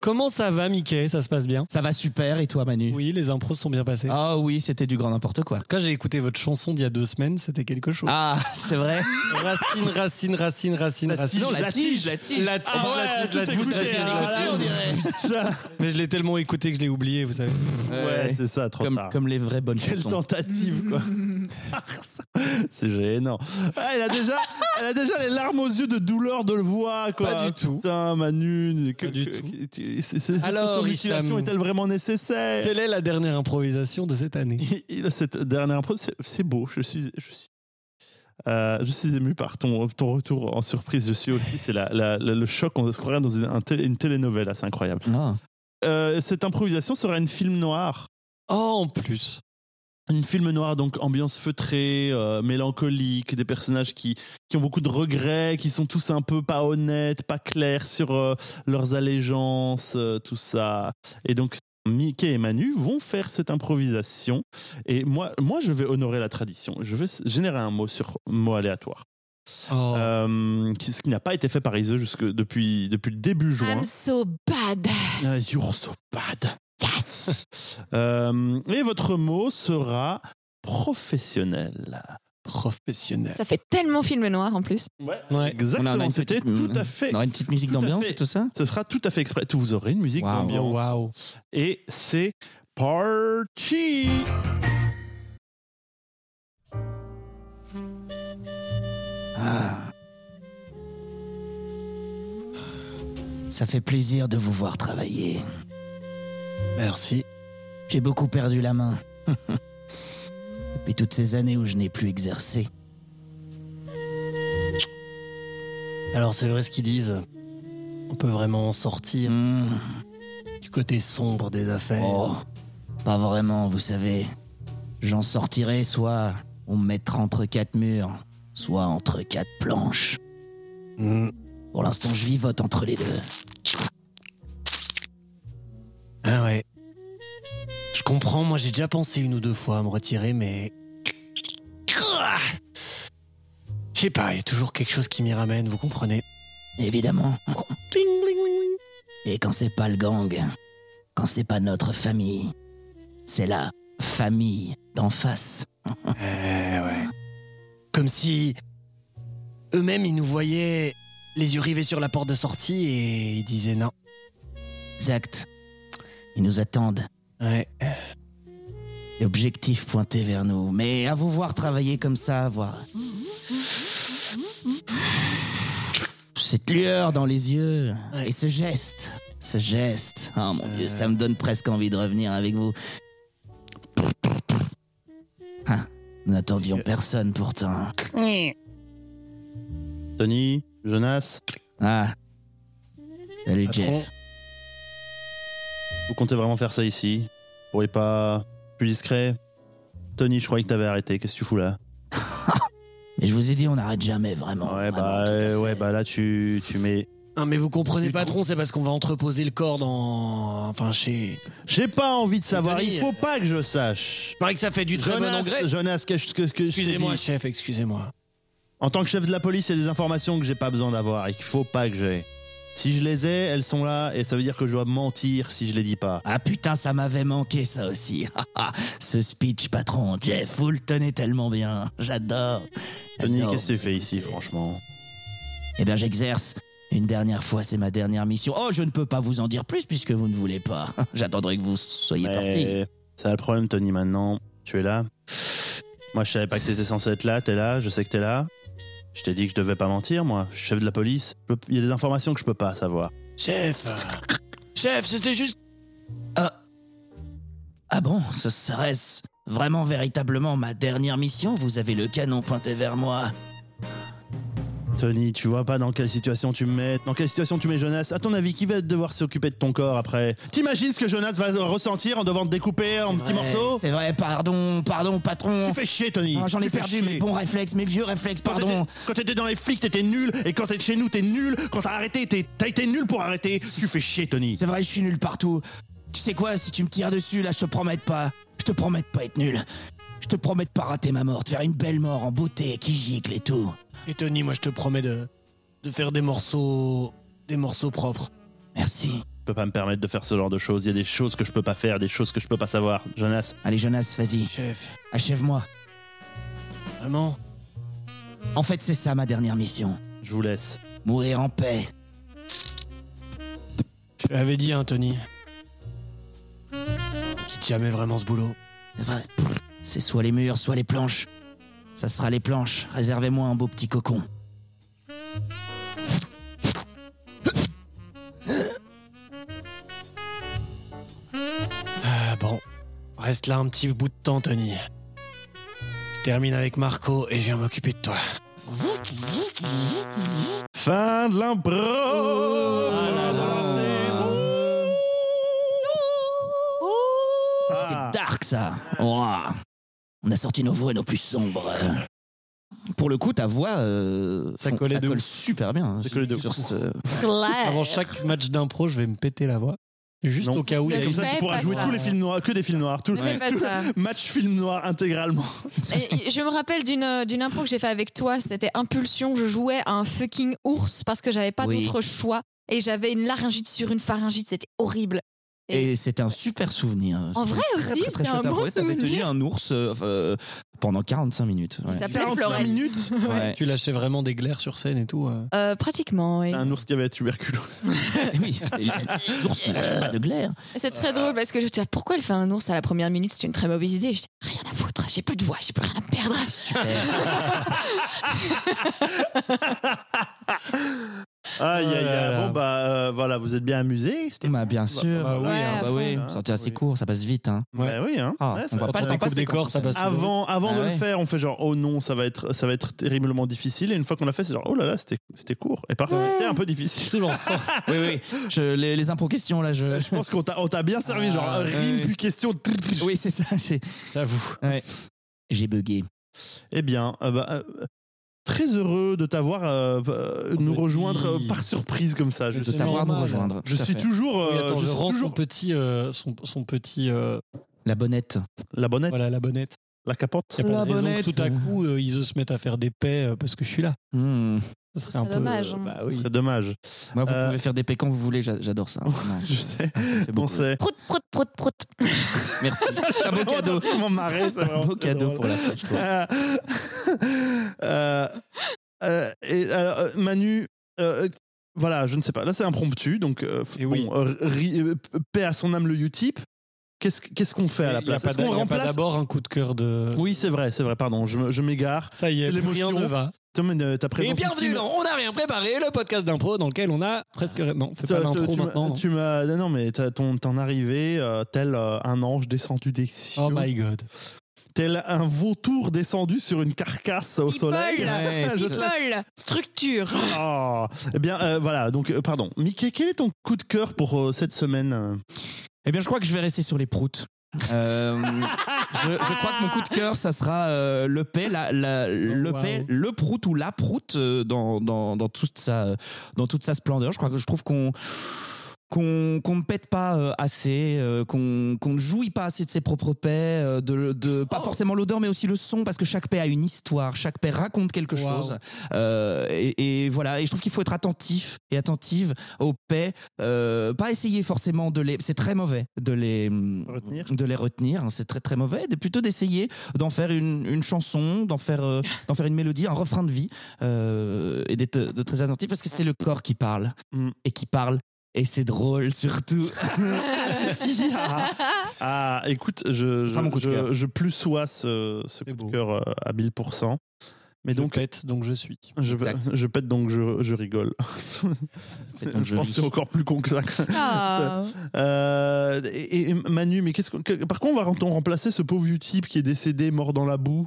F: Comment ça va, Mickey Ça se passe bien
C: Ça va super, et toi Manu
F: Oui, les impros sont bien passées.
C: Ah oui, c'était du grand n'importe quoi.
F: Quand j'ai écouté votre chanson d'il y a deux semaines, c'était quelque chose.
C: Ah, c'est vrai
F: Racine, racine, racine, racine, racine.
C: Non, la tige, la tige
F: La tige,
A: Ah ouais,
F: la tige,
A: tout
F: la tige,
A: écouté,
F: la tige,
A: alors
F: la
A: là,
F: tige.
A: Ah, on Ça,
F: Mais je l'ai tellement écouté que je l'ai oublié, vous savez.
A: Ouais, c'est ça, trop
C: comme,
A: tard.
C: comme les vraies bonnes
A: Quelle
C: chansons.
A: tentative, quoi. C'est gênant. Ah, elle, a déjà, elle a déjà les larmes aux yeux de douleur de le voir, quoi.
F: Pas du tout.
A: Putain, Manu. Que,
F: Pas du
A: que-
F: tout.
A: que- tu- c'est- c'est- cette
F: Alors,
A: mutilation
F: Hicham.
A: est-elle vraiment nécessaire
F: Quelle est la dernière improvisation de cette année
A: Il- il- Cette dernière impro, c'est- c'est beau. Je suis, je suis, euh, je suis ému par ton, ton retour en surprise. Je suis aussi, c'est la, la- la- le choc. On se croirait dans une, un télé- une telenovela, c'est incroyable.
C: Ah.
A: Euh, cette improvisation sera une film noir.
F: Oh, en plus.
A: Une film noir, donc ambiance feutrée, euh, mélancolique, des personnages qui, qui ont beaucoup de regrets, qui sont tous un peu pas honnêtes, pas clairs sur euh, leurs allégeances, euh, tout ça. Et donc, Mickey et Manu vont faire cette improvisation. Et moi, moi je vais honorer la tradition. Je vais s- générer un mot sur mot aléatoire.
F: Oh.
A: Euh, qui- ce qui n'a pas été fait par Ise jusque depuis, depuis le début juin.
B: I'm so bad.
A: Euh, you're so bad.
B: Yes.
A: Euh, et votre mot sera professionnel.
F: Professionnel.
B: Ça fait tellement film noir en plus.
F: Ouais.
A: Exactement,
C: On a- on a une
A: c'était
C: petite-
A: tout à fait.
C: On aura une petite musique
A: Tout à
C: d'ambiance
A: fait.
C: et tout ça
A: Ce sera tout à fait exprès. Tout- Vous aurez une musique
C: Wow.
A: d'ambiance.
F: Waouh.
A: Et c'est parti
C: Ça fait plaisir de vous voir travailler.
F: Merci.
C: J'ai beaucoup perdu la main. Depuis toutes ces années où je n'ai plus exercé.
F: Alors c'est vrai ce qu'ils disent. On peut vraiment en sortir
C: Hmm,
F: du côté sombre des affaires.
C: oh, pas vraiment, vous savez. J'en sortirai soit on me mettra entre quatre murs, soit entre quatre planches.
F: Hmm.
C: Pour l'instant, je vivote entre les deux.
F: Ah ouais. Je comprends, moi j'ai déjà pensé une ou deux fois à me retirer, mais... Je sais pas, il y a toujours quelque chose qui m'y ramène, vous comprenez
C: Évidemment. Et quand c'est pas le gang, quand c'est pas notre famille, c'est la famille d'en face.
F: Euh, ouais. Comme si eux-mêmes, ils nous voyaient les yeux rivés sur la porte de sortie et ils disaient non.
C: Exact. Ils nous attendent,
F: Ouais.
C: l'objectif pointé vers nous. Mais à vous voir travailler comme ça, à voir. Cette lueur dans les yeux
F: Ouais.
C: et ce geste, ce geste. Oh mon
F: Euh.
C: dieu, ça me donne presque envie de revenir avec vous. Ah, nous n'attendions personne pourtant.
A: Tony, Jonas,
C: Ah. Salut
F: Patron.
C: Jeff.
A: vous comptez vraiment faire ça ici Vous pourriez pas plus discret Tony, je croyais que t'avais arrêté. Qu'est-ce que tu fous là
C: Mais je vous ai dit, on n'arrête jamais vraiment.
A: Ouais,
C: vraiment,
A: bah,
C: ah tout à
A: euh,
C: fait.
A: ouais, bah là, tu, tu mets.
F: Non, mais vous comprenez,
A: Du
F: patron, c'est parce qu'on va entreposer le corps dans. Enfin, chez.
A: J'ai pas envie de savoir.
F: Tony,
A: Il faut pas que je sache.
F: Il paraît que ça fait du très bon
A: Jonas,
F: engrais.
A: Jonas, qu'est-ce que, que je t'ai
F: Excusez-moi,
A: dit
F: chef, excusez-moi.
A: En tant que chef de la police, il y a des informations que j'ai pas besoin d'avoir et qu'il faut pas que j'ai. Si je les ai, elles sont là et ça veut dire que je dois mentir si je les dis pas.
C: Ah putain, ça m'avait manqué ça aussi. Ah, ah, Ce speech, patron, Jeff, vous le tenez tellement bien. J'adore.
A: Tony,
C: J'adore
A: qu'est-ce que tu
C: vous
A: fais ici,
C: écouter.
A: franchement
C: Eh bien, j'exerce. Une dernière fois, c'est ma dernière mission. Oh, je ne peux pas vous en dire plus puisque vous ne voulez pas. J'attendrai que vous soyez parti.
A: Mais C'est le problème, Tony, maintenant. Tu es là. Moi, je savais pas que t'étais censé être là. T'es là, je sais que t'es là. Je t'ai dit que je devais pas mentir, moi. Je suis chef de la police. Je peux- Il y a des informations que je peux pas savoir.
F: Chef
A: Ah.
F: euh, Chef, c'était juste.
C: Ah bon, ce serait-ce vraiment véritablement ma dernière mission Vous avez le canon pointé vers moi.
A: Tony, tu vois pas dans quelle situation tu me mets, dans quelle situation tu mets Jonas. À ton avis, qui va devoir s'occuper de ton corps après T'imagines ce que Jonas va ressentir en devant te découper en petits
C: Ouais,
A: morceaux
C: C'est vrai, pardon, pardon, patron.
A: Tu fais chier, Tony.
C: Ah, J'en ai
A: Tu fais
C: perdu
A: chier.
C: mes bons réflexes, mes vieux réflexes,
A: Quand
C: pardon.
A: t'étais- Quand t'étais dans les flics, t'étais nul. Et quand t'es chez nous, t'es nul. Quand t'as arrêté, t'es- t'as été nul pour arrêter. Tu fais chier, Tony.
C: C'est vrai, je suis nul partout. Tu sais quoi, si tu me tires dessus, là, je te promets de pas. Je te promets de pas être nul. Je te promets de pas rater ma mort, de faire une belle mort en beauté qui gicle et tout.
F: Et Tony, moi, je te promets de. de faire des morceaux. des morceaux propres.
C: Merci.
A: Je peux pas me permettre de faire ce genre de choses. Il y a des choses que je peux pas faire, des choses que je peux pas savoir. Jonas,
C: Allez, Jonas, vas-y,
F: Chef,
C: achève-moi.
F: vraiment
C: En fait, c'est ça ma dernière mission.
A: je vous laisse.
C: Mourir en paix.
F: Je te l'avais dit, hein, Tony. On quitte jamais vraiment ce boulot.
C: C'est vrai. C'est soit les murs, soit les planches. Ça sera les planches. Réservez-moi un beau petit cocon.
F: Ah bon. Reste là un petit bout de temps, Tony. Je termine avec Marco et je viens m'occuper de toi.
A: Fin de l'impro Fin de la saison.
C: Ça, c'était
A: Ah.
C: dark, ça. Ouah. On a sorti nos voix nos plus sombres. Pour le coup, ta voix, euh,
F: Ça
C: fon-
F: collait de
C: colle
F: ouf.
C: super bien. hein,
A: Ça collait de
C: sur
A: ouf.
C: ce-
B: Claire.
F: Avant chaque match d'impro, je vais me péter la voix. Juste
A: Non.
F: au cas où il y a
B: Mais
A: Comme
F: une...
A: ça, tu
B: Fais
A: pourras
B: pas
A: jouer
B: ça.
A: tous les films noirs, que des films noirs, tout,
B: Ne fais pas
A: tout-
B: ça.
A: match film noir intégralement.
B: Et je me rappelle d'une euh, d'une impro que j'ai fait avec toi, c'était Impulsion. Je jouais à un fucking ours parce que j'avais pas
C: Oui.
B: d'autre choix et j'avais une laryngite sur une pharyngite, c'était horrible.
C: Et c'était un super souvenir.
B: En vrai
C: Très,
B: aussi,
C: très, très
B: c'était un
C: chouette.
B: bon
C: Après, t'avais tenu
B: souvenir.
C: un ours euh, euh, pendant 45 minutes.
B: Il
C: ouais.
B: s'appelait
A: 45
B: Florence.
A: minutes
C: Ouais.
F: Tu lâchais vraiment des glaires sur scène et tout. euh.
B: Euh, pratiquement, oui.
A: Un ours qui avait la tuberculose.
C: oui, les ours ne lâchent pas de glaire.
B: C'est très drôle parce que j'étais là, pourquoi elle fait un ours à la première minute C'est une très mauvaise idée. J'étais rien à foutre, j'ai plus de voix, j'ai plus rien à perdre.
C: Super.
A: Aïe, aïe, aïe.
C: Voilà.
A: Bon, bah, euh, voilà, vous êtes bien amusés. C'était.
C: Bah, bien
A: Bah,
C: sûr.
A: bah
B: oui, Ouais, hein. à
C: bah
B: fond.
C: oui. Sortir assez
A: Oui.
C: court, ça passe vite. Hein.
A: Bah oui, hein.
C: Ah,
A: Ouais, ça
C: on va
A: va.
C: pas
F: Quand
C: le temps
F: on découpe
C: passer
F: des
C: quand
F: corps,
C: on
F: ça
C: sait.
F: passe toujours.
A: Avant, avant
C: Ah
A: de le
C: ouais.
A: faire, on fait genre oh non, ça va être ça va être terriblement difficile. Et une fois qu'on l'a fait, c'est genre oh là là, c'était c'était court. Et parfois
B: Ouais.
A: c'était un peu
C: C'est
A: difficile.
C: toujours ça. oui, oui. Je- les, les impro questions, là, je.
A: Je pense qu'on t'a on t'a bien servi,
C: Ah,
A: genre
C: ouais,
A: rime
C: ouais.
A: puis question.
C: Oui, c'est ça. c'est-
F: J'avoue.
C: J'ai bugué.
A: Eh bien, euh, bah, euh, très heureux de t'avoir euh,
C: Oh,
A: euh, nous
F: petit.
A: rejoindre euh, par surprise comme ça. Je
C: De
A: suis,
F: normal.
C: t'avoir à nous rejoindre.
A: je
C: bah, Tout à
A: suis
C: fait.
A: toujours, euh,
F: Oui, attends,
A: je
F: je,
A: suis
F: rends
A: toujours
F: son petit, euh, son, son petit, euh,
C: La bonnette.
A: la bonnette,
F: voilà, la bonnette.
A: la capote.
F: Y a pas
C: La
F: de raison que
C: bonnette.
F: tout à coup, euh, ils se mettent à faire des paix euh, parce que je suis là.
C: Hmm.
F: Ce
B: serait dommage, hein.
F: bah
A: C'est
F: oui.
A: dommage.
C: euh, Moi, vous
A: Euh,
C: pouvez faire des pécans quand vous voulez, j'a- j'adore ça. Vraiment,
A: Je sais.
C: ça me fait
A: Bon,
C: beaucoup.
A: c'est
D: Prout, prout, prout, prout.
C: Merci. Un beau cadeau.
A: Mon marré, c'est
C: Un
A: vraiment
C: beau
A: très
C: cadeau
A: drôle.
C: pour la fête. quoi.
A: Euh, euh, euh, et alors, euh, Manu, euh, euh, voilà, je ne sais pas. Là, c'est impromptu, donc euh, f-
F: Et oui.
A: bon, euh, ri- euh, p- paix à son âme le Utip. Qu'est-ce qu- qu'est-ce qu'on fait à la
F: Il y a
A: place
F: pas
A: Est-ce qu'on
F: d'a- il y a pas
A: remplace
F: d'abord un coup de cœur de.
A: Oui, c'est vrai, c'est vrai. Pardon, je, me- je m'égare.
F: Ça y est,
A: C'est
F: plus rien
A: l'émotion.
F: ne va.
A: Tom, euh, ta présence
F: Et bienvenue
A: ici-
F: dans On n'a rien préparé, le podcast d'impro dans lequel on a presque. Non, fais pas
A: Tu- tu-
F: l'intro
A: tu m'as-
F: maintenant. hein. non.
A: Tu m'as non, non mais t'as- ton t'en arrivé euh, tel euh, un ange descendu des cieux,
F: Oh my god.
A: tel un vautour descendu sur une carcasse au
B: People,
A: soleil.
C: Ouais,
A: Je te laisse-
B: people, structure.
A: Oh, eh bien, euh, voilà, donc, euh, pardon. Mickey, quel est ton coup de cœur pour euh, cette semaine euh
C: Eh bien, je crois que je vais rester sur les proutes. Euh, je, je crois que mon coup de cœur, ça sera euh, le paix, la, la- le
F: wow.
C: paix, le prout ou la prout euh, dans, dans, dans toute sa, euh, dans toute sa splendeur. Je crois que je trouve qu'on qu'on qu'on ne pète pas euh, assez, euh, qu'on qu'on ne jouit pas assez de ses propres paix, euh, de, de pas forcément l'odeur, mais aussi le son, parce que chaque paix a une histoire, chaque paix raconte quelque
F: Wow.
C: chose. Euh, et, et voilà, et je trouve qu'il faut être attentif et attentive aux paix, euh, pas essayer forcément de les, c'est très mauvais de les
A: Retenir.
C: de les retenir, hein, c'est très très mauvais, de, plutôt d'essayer d'en faire une, une chanson, d'en faire euh, d'en faire une mélodie, un refrain de vie, euh, et d'être de très attentif parce que c'est le corps qui parle
A: Mm.
C: et qui parle. Et c'est drôle surtout.
A: ah, ah, écoute, je,
C: Ça, mon
A: je,
C: coup de
A: je,
C: cœur.
A: je plus sois ce, ce coup
F: beau.
A: de cœur euh, à 1000%. Mais
F: Donc,
A: donc,
F: pète, donc je suis.
A: je,
C: Exact.
A: je pète donc, je, je rigole.
C: C'est donc
A: je pense
C: joli.
A: que c'est encore plus con que ça.
B: Ah.
A: Euh, et, et Manu, mais qu'est-ce qu'on- que- par contre, on va on remplacer ce pauvre vieux type qui est décédé, mort dans la boue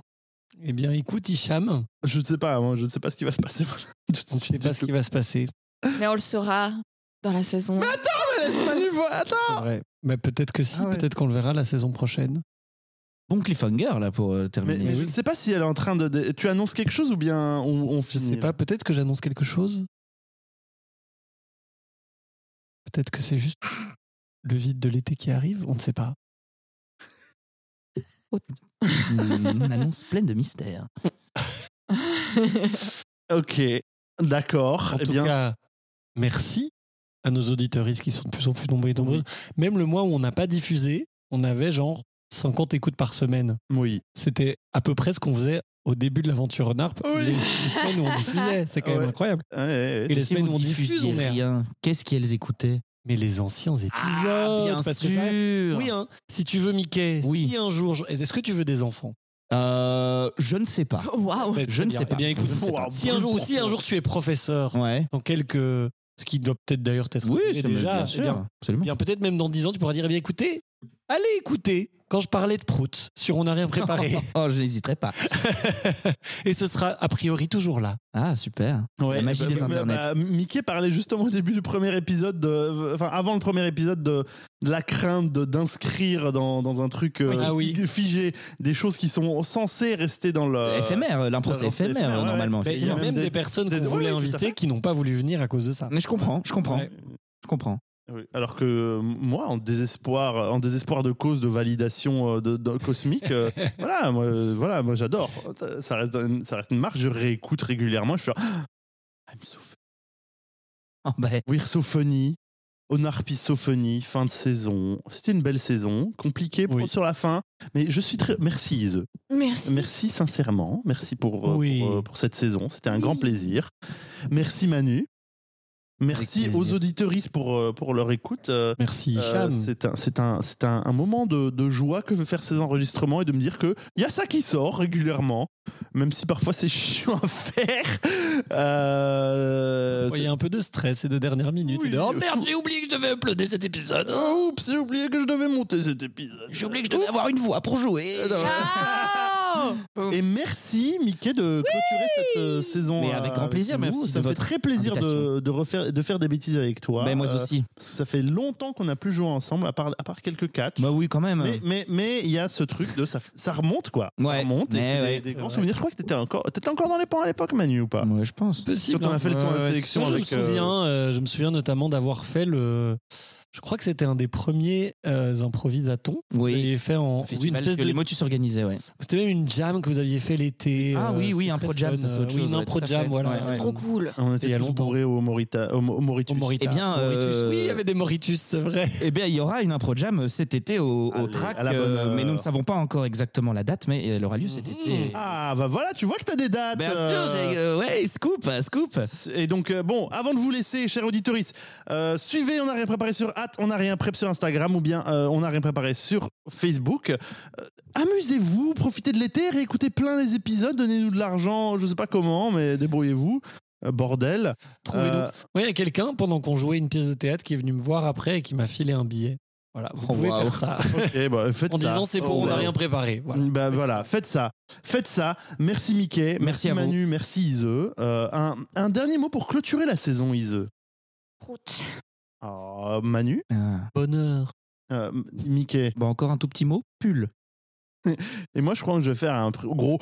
F: Eh bien, écoute, Hicham,
A: Je ne sais pas, moi, je ne sais pas ce qui va se passer.
F: on ne sait pas ce qui va se passer.
B: Mais on le saura dans la saison.
A: Laisse Manu voir, attends
F: C'est vrai. Mais peut-être que si,
A: Ah ouais.
F: peut-être qu'on le verra la saison prochaine.
C: Bon cliffhanger là pour euh,
F: Ah,
A: Mais,
C: terminer.
A: mais je ne sais pas si elle est en train de. de- tu annonces quelque chose ou bien on, on
F: Je sais
A: finit,
F: pas, peut-être que j'annonce quelque chose. Peut-être que c'est juste le vide de l'été qui arrive, on ne sait pas.
C: Une annonce pleine de mystères.
A: là. Ok, d'accord.
F: En
A: Eh
F: tout
A: bien,
F: cas, merci à nos auditeuristes qui sont de plus en plus nombreux et nombreuses. Même le mois où on n'a pas diffusé, on avait genre 50 écoutes par semaine.
A: oui.
F: C'était à peu près ce qu'on faisait au début de l'aventure en harpe.
A: Oui.
F: Les, les semaines où on diffusait, c'est quand
A: Ouais.
F: même incroyable.
A: Ouais, ouais,
F: Et
A: ouais.
F: les
C: si
F: semaines
C: vous
F: où on
C: diffusiez
F: diffuse, on est.
C: rien, qu'est-ce qu'elles écoutaient
F: Mais les anciens épisodes,
C: Ah, bien
F: Ah, parce
C: sûr.
F: que ça reste- Oui, hein, si tu veux Mickey,
C: Oui.
F: si un jour, je- est-ce que tu veux des enfants
C: Euh, je ne sais pas.
B: Waouh.
F: Ben,
C: Je ne
F: bien.
C: sais pas.
F: Eh bien, écoute,
C: Je ne sais pas.
F: si un jour ou si un jour tu es professeur
C: Ouais.
F: dans quelques, ce qui doit peut-être d'ailleurs t'être
C: Oui,
F: arrivé
C: c'est
F: déjà,
C: bien
F: eh
C: sûr.
F: bien,
C: absolument.
F: Bien, peut-être même dans 10 ans, tu pourras dire, eh bien, écoutez, allez écouter quand je parlais de prout sur On n'a rien préparé.
C: Oh, je n'hésiterai pas.
F: Et ce sera a priori toujours là.
C: Ah, super.
A: Ouais,
C: La magie
A: bah,
C: des
A: bah,
C: internets.
A: bah, Mickey parlait justement au début du premier épisode, de, enfin avant le premier épisode, de, de la crainte de- d'inscrire dans, dans un truc euh,
F: Ah oui.
A: fi- figé des choses qui sont censées rester dans
C: bah, euh,
A: le.
C: éphémère, l'impro c'est
A: alors, c'est
C: éphémère,
A: éphémère, ouais.
C: normalement.
F: Mais il y a
C: effectivement.
F: même,
A: même
F: des,
A: des-
F: personnes
A: des-
F: qu'on voulait
A: oui, oui, tout à
F: inviter
A: fait.
F: qui n'ont pas voulu venir à cause de ça.
C: Mais je comprends, je comprends,
F: Ouais.
C: je comprends.
A: Oui, Alors que euh, moi, en désespoir, en désespoir de cause de validation euh, de, de- cosmique, euh, voilà, moi, euh, voilà, moi j'adore. Ça- Ça reste, une, ça reste une marque. Je réécoute régulièrement. Je suis genre, Ah, I'm so
C: Oh, bah,
A: Wirsophonie, Onarpisophonie, fin de saison. C'était une belle saison, compliquée pour-
F: Oui.
A: sur la fin, mais je suis très. Merci Ise.
B: Merci.
A: Merci sincèrement. Merci pour, euh,
F: Oui.
A: pour, euh, pour cette saison. C'était un grand plaisir. Merci Manu. Merci
C: Avec
A: aux
C: plaisir.
A: auditeuristes pour, euh, pour leur écoute. Euh,
F: Merci,
A: euh,
F: Hicham.
A: c'est un, c'est un, c'est un, un moment de, de joie que de faire ces enregistrements et de me dire que il y a ça qui sort régulièrement, même si parfois c'est chiant à faire. Euh,
C: euh,
F: Ouais, Il y a un peu de stress et de dernière minute.
A: Oui,
F: et de, oh
A: euh,
F: merde, j'ai oublié que je devais uploader cet épisode.
A: Oh, oups, j'ai oublié que je devais monter cet épisode.
C: J'ai oublié que je devais avoir une voix pour jouer.
B: Oh
A: Et merci, Mickey, de clôturer cette euh, saison.
C: Mais
A: euh,
C: avec grand plaisir,
A: nous.
C: merci
A: Ça
C: de
A: me fait
C: votre
A: très plaisir de,
C: invitation.
A: de refaire, de faire des bêtises avec toi.
C: Ben, moi
A: Euh,
C: aussi.
A: Parce que ça fait longtemps qu'on n'a plus joué ensemble, à part, à part quelques catchs.
C: Bah oui, quand même.
A: Mais mais- mais il y a ce truc de ça, ça remonte quoi. ça
C: Ouais,
A: remonte. et
C: mais
A: c'est des-
C: ouais.
A: des, grands
F: Ouais.
A: souvenirs. Je crois que t'étais encore, t'étais encore dans les pans à l'époque, Manu, ou pas
C: Ouais, je pense.
F: Possible.
A: Quand on a
F: hein.
A: fait le tour de
F: Ouais,
A: la
F: ouais,
A: sélection
F: je me
A: avec, euh,
F: souviens, euh, je me souviens notamment d'avoir fait le. Je crois que c'était un des premiers euh, improvisatons. que vous
C: Oui.
F: aviez fait en oui, une
C: Festival, parce
F: espèce
C: que
F: de-
C: les motus s'organisaient, ouais.
F: C'était même une jam que vous aviez fait l'été.
C: Ah
F: euh,
C: oui, oui,
F: c'était
C: un
F: très
C: pro jam,
F: fun,
C: ça, c'est
F: euh,
C: autre
F: Oui,
C: chose,
F: un
C: ouais,
F: pro
C: tout à
F: jam,
C: fait.
F: voilà.
C: Ouais,
B: c'est
C: ouais.
B: trop cool.
A: On
F: il y
A: était
F: a
A: tous
F: longtemps.
A: bourrés au, Maurita, au, Mo- au Mauritius.
F: Au Morita.
C: Eh bien,
F: Mauritus.
C: euh,
F: oui, il y avait des Mauritus, c'est vrai.
C: Eh bien, il y aura une impro jam cet été au, au
A: Allez,
C: track,
A: à la bonne
C: euh,
A: heure.
C: mais nous ne savons pas encore exactement la date, mais elle aura lieu cet
F: Mhm.
C: été.
A: Ah, bah voilà, tu vois que t'as des dates.
C: Bien
A: euh,
C: sûr, j'ai, euh, ouais, scoop, euh, scoop.
A: Et donc, euh, bon, avant de vous laisser, chers auditeurs, suivez On n'a rien préparé sur Hat, On n'a rien prep sur Instagram ou bien euh, On n'a rien préparé sur Facebook. Euh, Amusez-vous, profitez de l'été, réécoutez plein les épisodes, donnez-nous de l'argent, je sais pas comment, mais débrouillez-vous. Euh, Bordel.
F: Trouvez-nous.
A: Euh,
F: Oui, il y a quelqu'un pendant qu'on jouait une pièce de théâtre qui est venu me voir après et qui m'a filé un billet. Voilà, vous
C: Oh,
F: pouvez
C: waouh.
F: faire ça.
A: ok, bah, faites
F: En
A: ça.
F: disant c'est pour,
A: Oh,
F: on n'a
A: bah.
F: rien préparé. Voilà.
A: Bah voilà, faites ça. Faites ça. Merci Mickey, merci,
C: Merci à vous.
A: Manu, merci Ise. Euh, un, un dernier mot pour clôturer la saison, Ise.
D: Prout.
A: Oh, Manu,
C: Ah.
F: Bonheur.
A: Euh, M- Mickey.
C: Bon, encore un tout petit mot, pull.
A: Et moi, je crois que je vais faire un pr- gros.